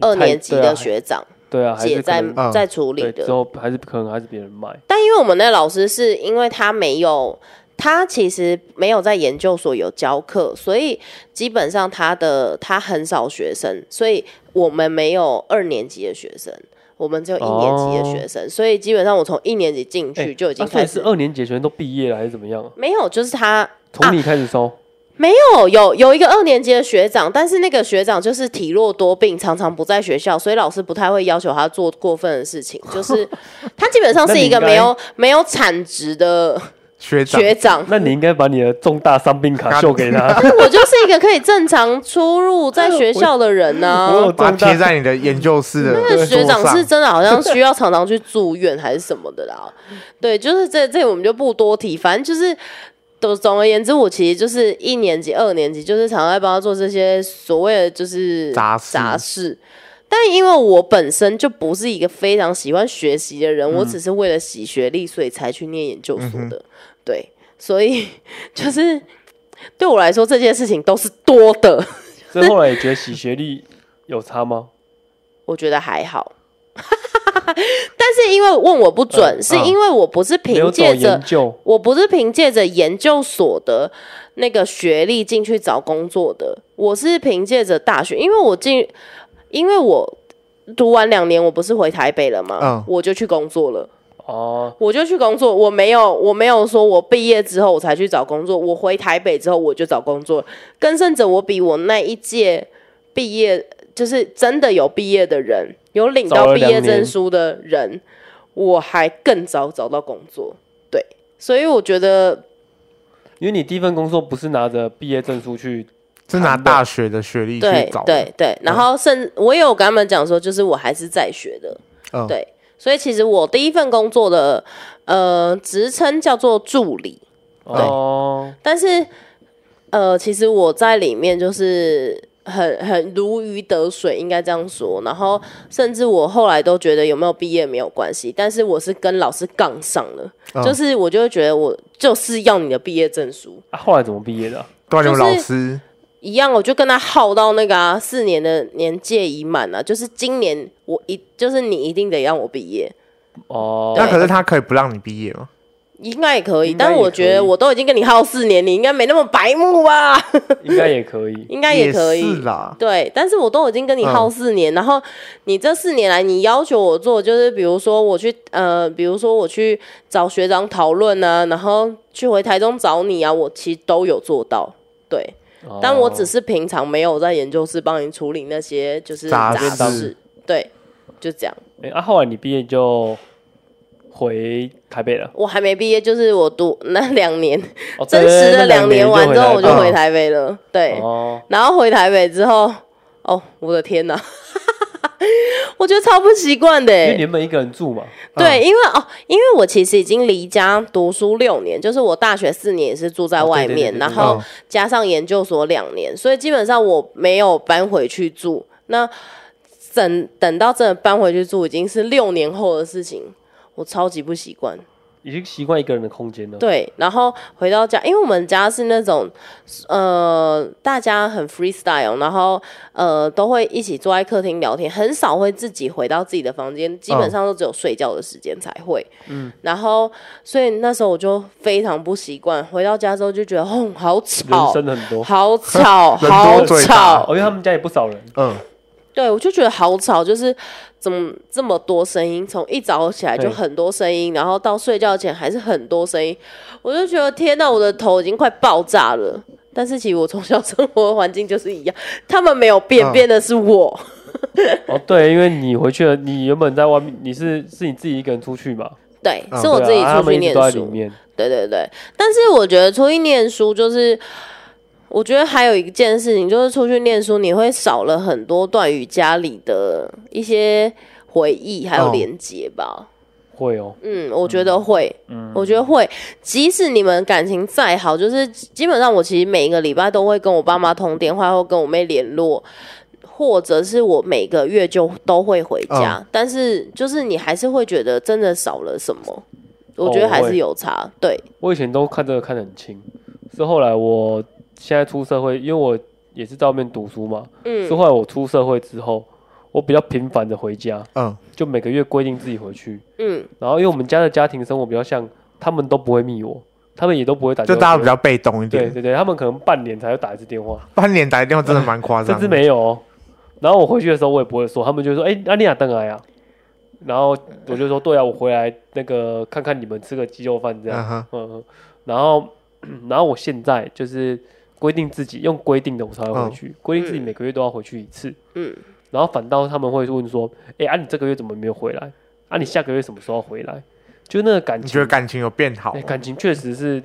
A: 二
B: 太
A: 年级
B: 对啊
A: 的学长
B: 对啊，还
A: 姐
B: 是可
A: 在
B: 能
C: 嗯
A: 在处理
B: 对
A: 的
B: 之。后还是可能还是别人买。
A: 但因为我们那老师是因为他没有，他其实没有在研究所有教课，所以基本上他的他很少学生，所以我们没有二年级的学生，我们只有一年级的学生，所以基本上我从一年级进
B: 哎
A: 去就已经
B: 啊所以
A: 开
B: 是
A: 始。
B: 二年级的学生都毕业了还是怎么样啊？
A: 没有，就是他
B: 从你开始收， [laughs]
A: 没有有有一个二年级的学长，但是那个学长就是体弱多病，常常不在学校，所以老师不太会要求他做过分的事情。就是他基本上是一个
B: [laughs] 那你
A: 没
B: 应该
A: 有没有产值的
C: 学长
A: 学长，
B: 那你应该把你的重大伤病卡秀
C: [laughs]
B: 给他。
A: 我就是一个可以正常出入在学校的人
B: [laughs] 我有
A: 呢、
C: 哦把
B: 重
C: 它
B: 大
C: 贴在你的研究室的
A: 那个学长
C: 桌上
A: 是真的好像需要常常去住院还是什么的啦。对，就是这这我们就不多提，反正就是。总总而言之，我其实就是一年级、二年级，就是常常在帮他做这些所谓的就是
C: 杂事
A: 杂事。但因为我本身就不是一个非常喜欢学习的人，
B: 嗯
A: 我只是为了洗学历，所以才去念研究所的。对，所以就是对我来说，这件事情都是多的，
B: 所以后来也觉得洗学历有差吗？
A: 我觉得还好。 [laughs] 但是因为问我不准，
B: 嗯
A: 是因为我不是
B: 没有
A: 凭
B: 走
A: 借着
B: 研究，
A: 我不是凭借着研究所的那个学历进去找工作的，我是凭借着大学，因为我进，因为我读完两年，我不是回台北了吗？
C: 嗯
A: 我就去工作了。
B: 哦，
A: 我就去工作，我没有，我没有说我毕业之后我才去找工作，我回台北之后我就找工作。更甚者，我比我那一届毕业，就是真的有毕业的人，有领
B: 早
A: 到
B: 了
A: 毕
B: 两
A: 业证
B: 年
A: 书的人，我还更早找到工作。对，所以我觉得
B: 因为你第一份工作不是拿着毕业证书去，
C: 是
B: 嗯
C: 拿大学的学历去
A: 对
C: 找的，
A: 对对，然后甚我也有跟他们讲说，就是我还是在学的，
C: 嗯
A: 对，所以其实我第一份工作的呃职称叫做助理，
B: 哦，
A: 但是呃，其实我在里面就是很很如鱼得水，应该这样说。然后甚至我后来都觉得有没有毕业没有关系，但是我是跟老师杠上了，
C: 嗯
B: 哦
A: 就是我就会觉得我就是要你的毕业证书。
B: 啊后来怎么毕业的啊？
C: 对啊，你们
A: 就是
C: 老师
A: 一样，我就跟他耗到那个啊，四年的年届已满啊，就是今年我一就是你一定得让我毕业，
B: 哦，
A: [laughs]
C: 那可是他可以不让你毕业吗？
A: 应该也可以，
B: 应该也
A: 但我觉得
B: 可以
A: 我都已经跟你耗四年，你应该没那么白目吧？ [laughs]
B: 应该也可以。
A: 应该可以
C: 是啦，
A: 对，但是我都已经跟你耗四年，然后你这四年来，你要求我做，就是比如说我去呃，比如说我去找学长讨论啊，然后去回台中找你啊，我其实都有做到。对，
B: 哦
A: 但我只
B: 是
A: 是平常没有在研究室帮你处理那些就是
C: 杂
A: 杂
C: 事
A: 事，对，就这样。
B: 啊，后来你毕业就回台北了，
A: 我还没毕业，就是我读那两年，[laughs]
B: 哦
A: 真实的两年完之后，我就
C: 北
A: 回台北了。对，
B: 哦，
A: 然后回台北之后，哦，我的天哪！ [laughs] 我觉得超不习惯的欸，
B: 因为你啊原本一个人住嘛，
A: 对，因为哦，因为我其实已经离家读书六年，就是我大学四年也是住在
B: 哦对
A: 外
B: 对对
A: 面，
B: 对
A: 然
B: 对
A: 后
C: 嗯
A: 加上研究所两年，所以基本上我没有搬回去住。那等等到真的搬回去住，已经是六年后的事情，我超级不习惯。
B: 已经习惯一个人的空间了。
A: 对，然后回到家，因为我们家是那种，呃，大家很 freestyle，然后呃都会一起坐在客厅聊天，很少会自己回到自己的房间，基本上都只有睡觉的时间才会。嗯，然后所以那时候我就非常不习惯，回到家之后就觉得，哦，好
B: 人
A: 吵，
B: 生很多，
A: 好吵，
C: 人多
A: 好
C: 嘴大
A: 吵
B: 哦，，因为他们家也不少人，
C: 嗯，
A: 对，我就觉得好吵，就是怎么这么多声音，从一早起来就
B: 对
A: 很多声音，然后到睡觉前还是很多声音，我就觉得天呐，我的头已经快爆炸了。但是其实我从小生活的环境就是一样，他们没有变，
C: 嗯
A: 变的是我。
B: 哦，对，因为你回去了，你原本在外面，你是是你自己一个人出去嘛？
A: 对，
C: 嗯
A: 是我
B: 对啊
A: 自己
B: 啊他
A: 出
B: 们
A: 去
B: 一直
A: 念
B: 都在里
A: 书。
B: 面，
A: 对对对，但是我觉得出去念书就是，我觉得还有一件事情就是出去念书，你会少了很多段与家里的一些回忆还
B: 嗯
A: 有
C: 哦
A: 连接吧。
B: 会哦，
A: 嗯，我觉得会，
B: 嗯
A: 我觉得会。即使你们感情再好，就是基本上我其实每一个礼拜都会跟我爸妈通电话，或跟我妹联络，或者是我每个月就都会回家。
B: 嗯
A: 但是就是你还是会觉得真的少了什么，我觉得
B: 哦
A: 还
B: 会
A: 是有差。对，
B: 我以前都看这个看得很清，是后来我现在出社会，因为我也是在外面读书嘛，
A: 嗯
B: 是后来我出社会之后，我比较频繁的回家，
C: 嗯，
B: 就每个月规定自己回去，
A: 嗯，
B: 然后因为我们家的家庭生活比较像，他们都不会密我，他们也都不会打
C: 就
B: 电话给我，
C: 大家比较被动一
B: 对
C: 点，
B: 对对，他们可能半年才会打一次电话，
C: 半年打电话真的蛮夸
B: 甚
C: 张
B: 至
C: 的，
B: 没有、哦。然后我回去的时候，我也不会说，他们就说：“哎、阿丽亚邓来呀。”然后我就说：“对啊，我回来那个看看你们吃个鸡肉饭这样。”
C: 嗯哼，
B: 嗯，然后 [clears throat] 然后我现在就是规定自己用规定的我才会回去，规、定自己每个月都要回去一次。
A: 嗯，
B: 然后反倒他们会问说：“哎、啊，你这个月怎么没有回来？啊，你下个月什么时候回来？”就那个感
C: 你
B: 情
C: 觉得，感情有变好
B: 哎
C: 吗？
B: 感情确实是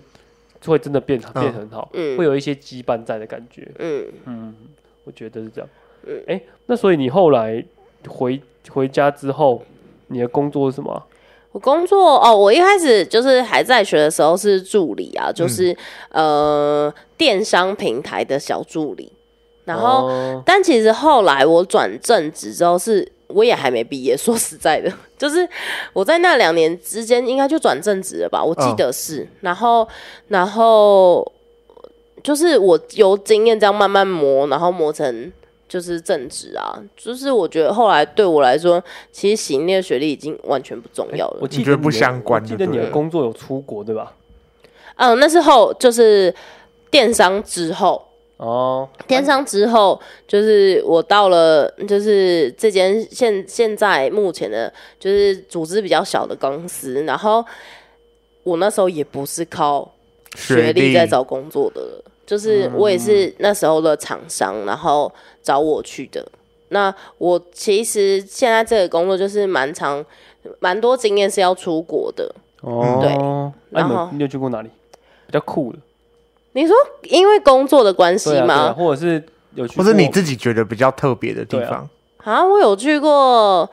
B: 会真的变
C: 嗯
B: 变很好，
A: 嗯
B: 会有一些羁绊在的感觉。
A: 嗯，
B: 嗯，我觉得是这样
A: 嗯。
B: 哎、那所以你后来回回家之后，你的工作是什么啊？
A: 我工作哦，我一开始就是还在学的时候是助理啊，就是、
B: 嗯
A: 呃电商平台的小助理，然后。
B: 哦
A: 但其实后来我转正职之后是。我也还没毕业，说实在的， [laughs] 就是我在那两年之间应该就转正职了吧，我记得是。然后，然后就是我由经验这样慢慢磨，然后磨成就是正职啊。就是我觉得后来对我来说，其实行业学历已经完全不重要了
B: 我。记
C: 你觉
B: 得
C: 得不
B: 你的
C: 相关
B: 我
C: 就
B: 记得你
C: 对
B: 的
C: 了
B: 工作有出国对吧？
A: 嗯，那是后就是电商之后，
B: 哦，
A: 电商之后，就是我到了，就是这间现现在目前的，就是组织比较小的公司，然后我那时候也不是靠学历在找工作的了，
B: 嗯
A: 就是我也是那时候的厂商，然后找我去的。那我其实现在这个工作就是蛮长，蛮多经验是要出国的。
B: 哦，
A: 对
B: 那你
A: 然
B: 有
A: 后
B: 你有去过哪里？比较酷的，
A: 你说因为工作的关系
B: 对啊，对啊
A: 吗？
B: 或者是有去
C: 或
B: 过，
C: 者你自己觉得比较特别的地
B: 对啊
C: 方，
A: 啊，我有去过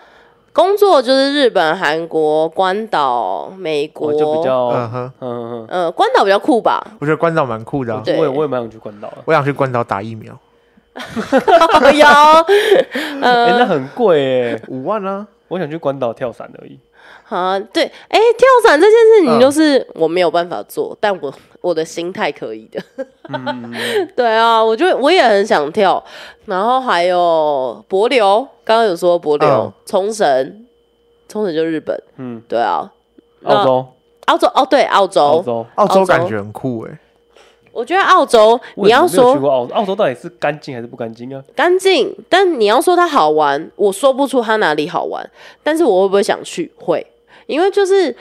A: 工作，就是日本、韩国、关岛、美国，
B: 我就比较，
C: 嗯
B: 嗯
C: 哼，？
B: 嗯
A: 呃，关岛比较酷吧
B: [laughs]
C: 我觉得关岛蛮酷的
B: 嗯，
C: 啊、
A: 对
B: 我也我也蛮想去关岛的，
C: 我想去关岛打疫苗，
A: 有，呃
B: 哎，那很贵哎，
C: 五万啊，
B: 我想去关岛跳伞而已。
A: 啊，对，哎、跳伞这件事情
C: 嗯
A: 就是我没有办法做，但我我的心态可以的。 [laughs]
B: 嗯
A: 对啊，我就我也很想跳，然后还有柏流，刚刚有说柏流、
C: 嗯
A: 冲绳，冲绳就日本，
B: 嗯，
A: 对啊，那
B: 澳洲，
A: 澳洲哦，对，澳洲，
B: 澳洲，
C: 澳
A: 澳洲
C: 洲感觉很酷哎、
A: 我觉得澳洲
B: 我
A: 你
B: 也没
A: 要
B: 有去
A: 说
B: 过澳洲，澳洲到底是干净还是不干净啊？
A: 干净，但你要说它好玩，我说不出它哪里好玩，但是我会不会想去？会，因为就是。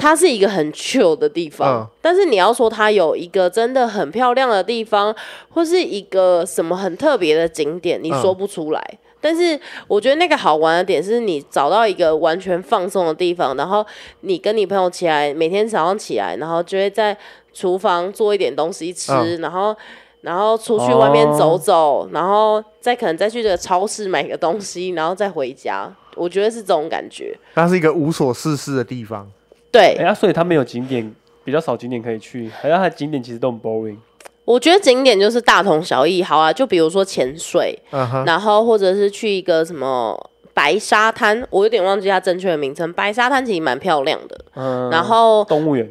A: 它是一个很 chill 的地方，
C: 嗯
A: 但是你要说它有一个真的很漂亮的地方，或是一个什么很特别的景点，你
C: 嗯
A: 说不出来。但是我觉得那个好玩的点是你找到一个完全放松的地方，然后你跟你朋友起来，每天早上起来，然后就会在厨房做一点东西吃，
C: 嗯
A: 然后然后出去外面
B: 哦
A: 走走，然后再可能再去这个超市买个东西，然后再回家。我觉得是这种感觉。
C: 那是一个无所事事的地方。
A: 对，
B: 哎呀，所以它没有景点，比较少景点可以去，还有它的景点其实都很 boring。
A: 我觉得景点就是大同小异。好啊，就比如说潜水，
C: 嗯
B: 啊
C: 哼，
A: 然后或者是去一个什么白沙滩，我有点忘记它正确的名称。白沙滩其实蛮漂亮的，
B: 嗯，
A: 然后
B: 动物园，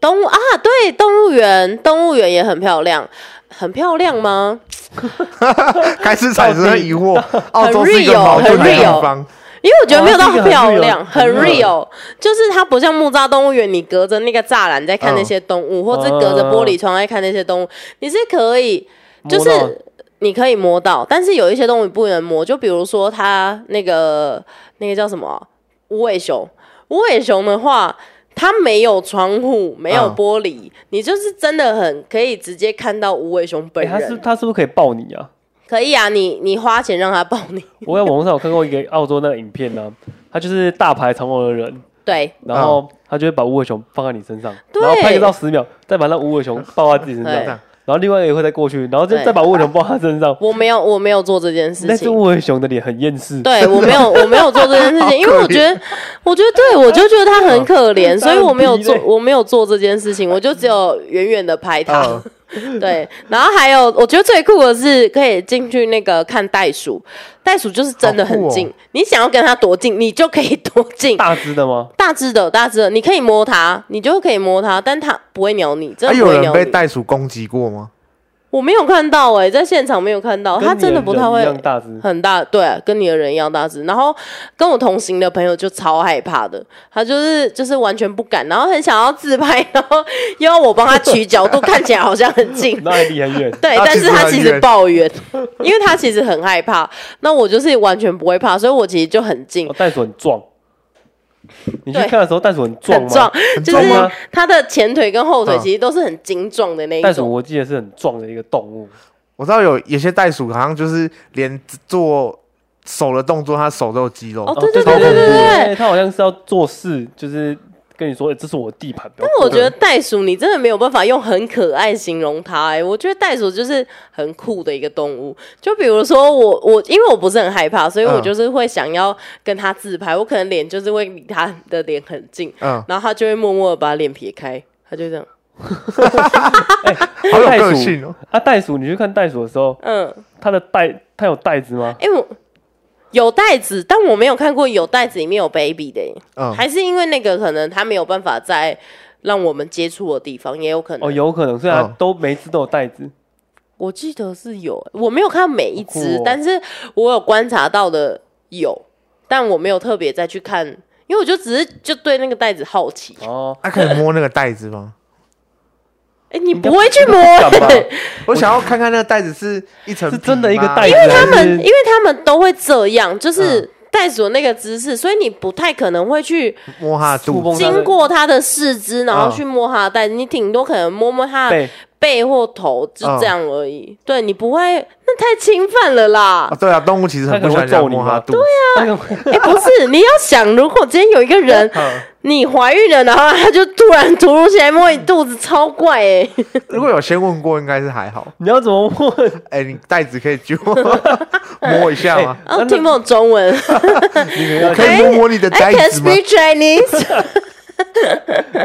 A: 动物啊，对，动物园，动物园也很漂亮，很漂亮吗？
C: 开始产生疑惑，
A: [laughs]
C: 澳洲是一个
A: real，
C: 矛盾的
A: 很 real
C: 地方。
A: 因为我觉得没有到哦很漂亮，
B: 哇是一
A: 很
B: 个很
A: real，就是它不像木栅动物园，你隔着那个栅栏在看那些动物，或者隔着玻璃窗在看那些动物，你是可以，就是
B: 摸到
A: 你可以摸到，但是有一些动物不能摸，就比如说它那个那个叫什么啊无尾熊，无尾熊的话。它没有窗户，没有
C: 嗯
A: 玻璃，你就是真的很可以直接看到无尾熊本
B: 哎，
A: 人。
B: 它是它是不是可以抱你啊？
A: 可以啊，你你花钱让它抱你，
B: 我在网络上有看过一个澳洲那个影片呢、他就是大排长龙的人，
A: 对，
B: 然后他就会把无尾熊放在你身上，
A: 对
B: 然后拍个照十秒，再把那无尾熊抱在自己身上，
A: 对
B: 然后另外一个会再过去，然后再
A: 对
B: 再把无尾熊抱在他
A: [laughs]
B: 身上。
A: 我没有我没有做这件事
B: 那只
A: 哎情。
B: 无尾熊的脸很厌
C: [laughs]
B: 世，
A: 对我没有，我没有做这件事
C: 好可
A: 情，
C: 怜
A: 因为我觉得，我觉得对我就觉得他很可
C: [laughs]
A: 怜，所以我没有做
B: 他，很疲累
A: 我没有做这件事情，我就只有远远的拍他。
C: 嗯，
A: 对，然后还有，我觉得最酷的是可以进去那个看袋鼠，袋鼠就是真的
C: 好
A: 很
C: 酷哦
A: 近，你想要跟它多近，你就可以多近。
B: 大只的吗？
A: 大只的，大只的，你可以摸它，你就可以摸它，但它不会鸟你，真
C: 啊，
A: 的不
C: 有
A: 会
C: 人
A: 鸟
C: 被
A: 你。
C: 袋鼠攻击过吗？
A: 我没有看到哎、在现场没有看到，它哦真的不太
B: 跟你
A: 会
B: 人一样大只。
A: 很大，对、跟你的人一样大只。然后跟我同行的朋友就超害怕的，他就是就是完全不敢，然后很想要自拍，然后又要我帮他取角度，看起来好像很
C: [laughs]
A: 近。，
B: 那还离很远
A: 对，
C: 他
A: 但
C: 其
A: 是
C: 实
A: 他
C: 很
A: 其实
C: 远
A: 抱怨，因为他其实很害怕。那我就是完全不会怕，所以我其实就很近
B: 哦，袋鼠很壮。你去
A: 对
B: 看的时候，袋鼠很壮
A: 很
B: 吗？
A: 壮，就
C: 壮
A: 是
B: 吗
A: 他的前腿跟后腿
C: 嗯
A: 其实都是很精壮的那一
B: 袋鼠
A: 种。
B: 我记得是很壮的一个动物，
C: 我知道有有些袋鼠好像就是连做手的动作，它手都有肌肉。
A: 哦对对
B: 这超
A: 对对
B: 恐怖的
A: 对对
B: 它好像是要做事，就是跟你说，欸这是我的地盘。但
A: 但我觉得袋鼠，你真的没有办法用很可爱形容它、欸。我觉得袋鼠就是很酷的一个动物。就比如说我，我因为我不是很害怕，所以我
C: 嗯
A: 就是会想要跟它自拍。我可能脸就是会离它的脸很近，
C: 嗯，
A: 然后它就会默默的把脸撇开，它就这样，
C: 好有
B: 袋鼠
C: 个性哦。
B: 啊，袋鼠，你去看袋鼠的时候，
A: 嗯，
B: 它的袋，它有袋子吗？
A: 因为我有袋子，但我没有看过有袋子里面有 baby 的、欸，
C: 嗯，
A: 还是因为那个可能它没有办法在让我们接触的地方，也有可能。
B: 哦，有可能，虽然
C: 嗯
B: 都每一只都有袋子，
A: 我记得是有欸，我没有看到每一只，
B: 好酷哦
A: 但是我有观察到的有，但我没有特别再去看，因为我就只是就对那个袋子好奇。 [laughs]
B: 哦，
C: 它可以摸那个袋子吗？
A: 哎、你不会去摸、
B: 应该不敢吧
C: 我想要看看那个袋子是一层
B: 是真的一个袋子，
C: 子。
B: 因为
A: 他们因为他们都会这样，就是
C: 嗯
A: 袋鼠那个姿势，所以你不太可能会去
C: 摸它的肚
B: 触碰
C: 子，
B: 它的
A: 经过它的四肢，然后
C: 嗯
A: 去摸它的袋子，你顶多可能摸摸它的
B: 被
A: 背或头，就
C: 嗯
A: 这样而已。对你不会，那太侵犯了啦。
C: 啊，对啊，动物其实很不喜欢人家摸它的肚子。
B: 那个
A: [laughs] 哎、不是，你要想，如果今天有一个
B: [laughs]
A: 人，你怀孕了，然后他就突然突如其来摸你肚子，超怪哎、
B: [laughs]
C: 如果有先问过，应该是还好。
B: 你要怎么
C: [laughs]
B: 问？
C: 哎，你袋子可以揪摸一下吗？
A: 然后啊听不懂中文。
B: 哎 [laughs] 你可能要
C: 可以摸摸你的
A: I
C: 袋
A: can
C: 子吗？
A: 哎 speak
B: [laughs]
A: Chinese 。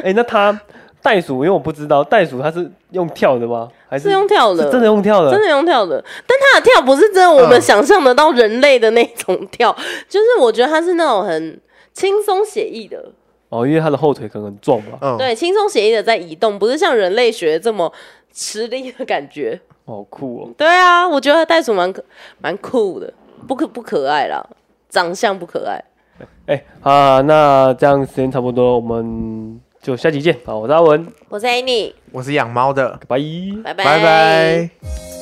B: 哎，那它袋鼠，因为我不知道袋鼠它是用跳的吗？还是
A: 是用跳的
B: 是真的用跳的，
A: 真的用跳的，但他
B: 嗯
A: 的跳不是真的我们想象得到人类的那种跳，就是我觉得他是那种很轻松写意的，
B: 哦，因为他的后腿可能很重吧，
C: 嗯，
A: 对，轻松写意的在移动，不是像人类学这么吃力的感觉。
B: 好酷哦。
A: 对啊，我觉得袋鼠蛮可蛮酷的，不可不可爱啦，长相不可爱。
B: 哎、啊，那这样时间差不多，我们就下期见。好，我是阿文，
A: 我是 Annie，
C: 我是养猫的，
B: 拜拜。
A: 拜拜
C: 拜拜。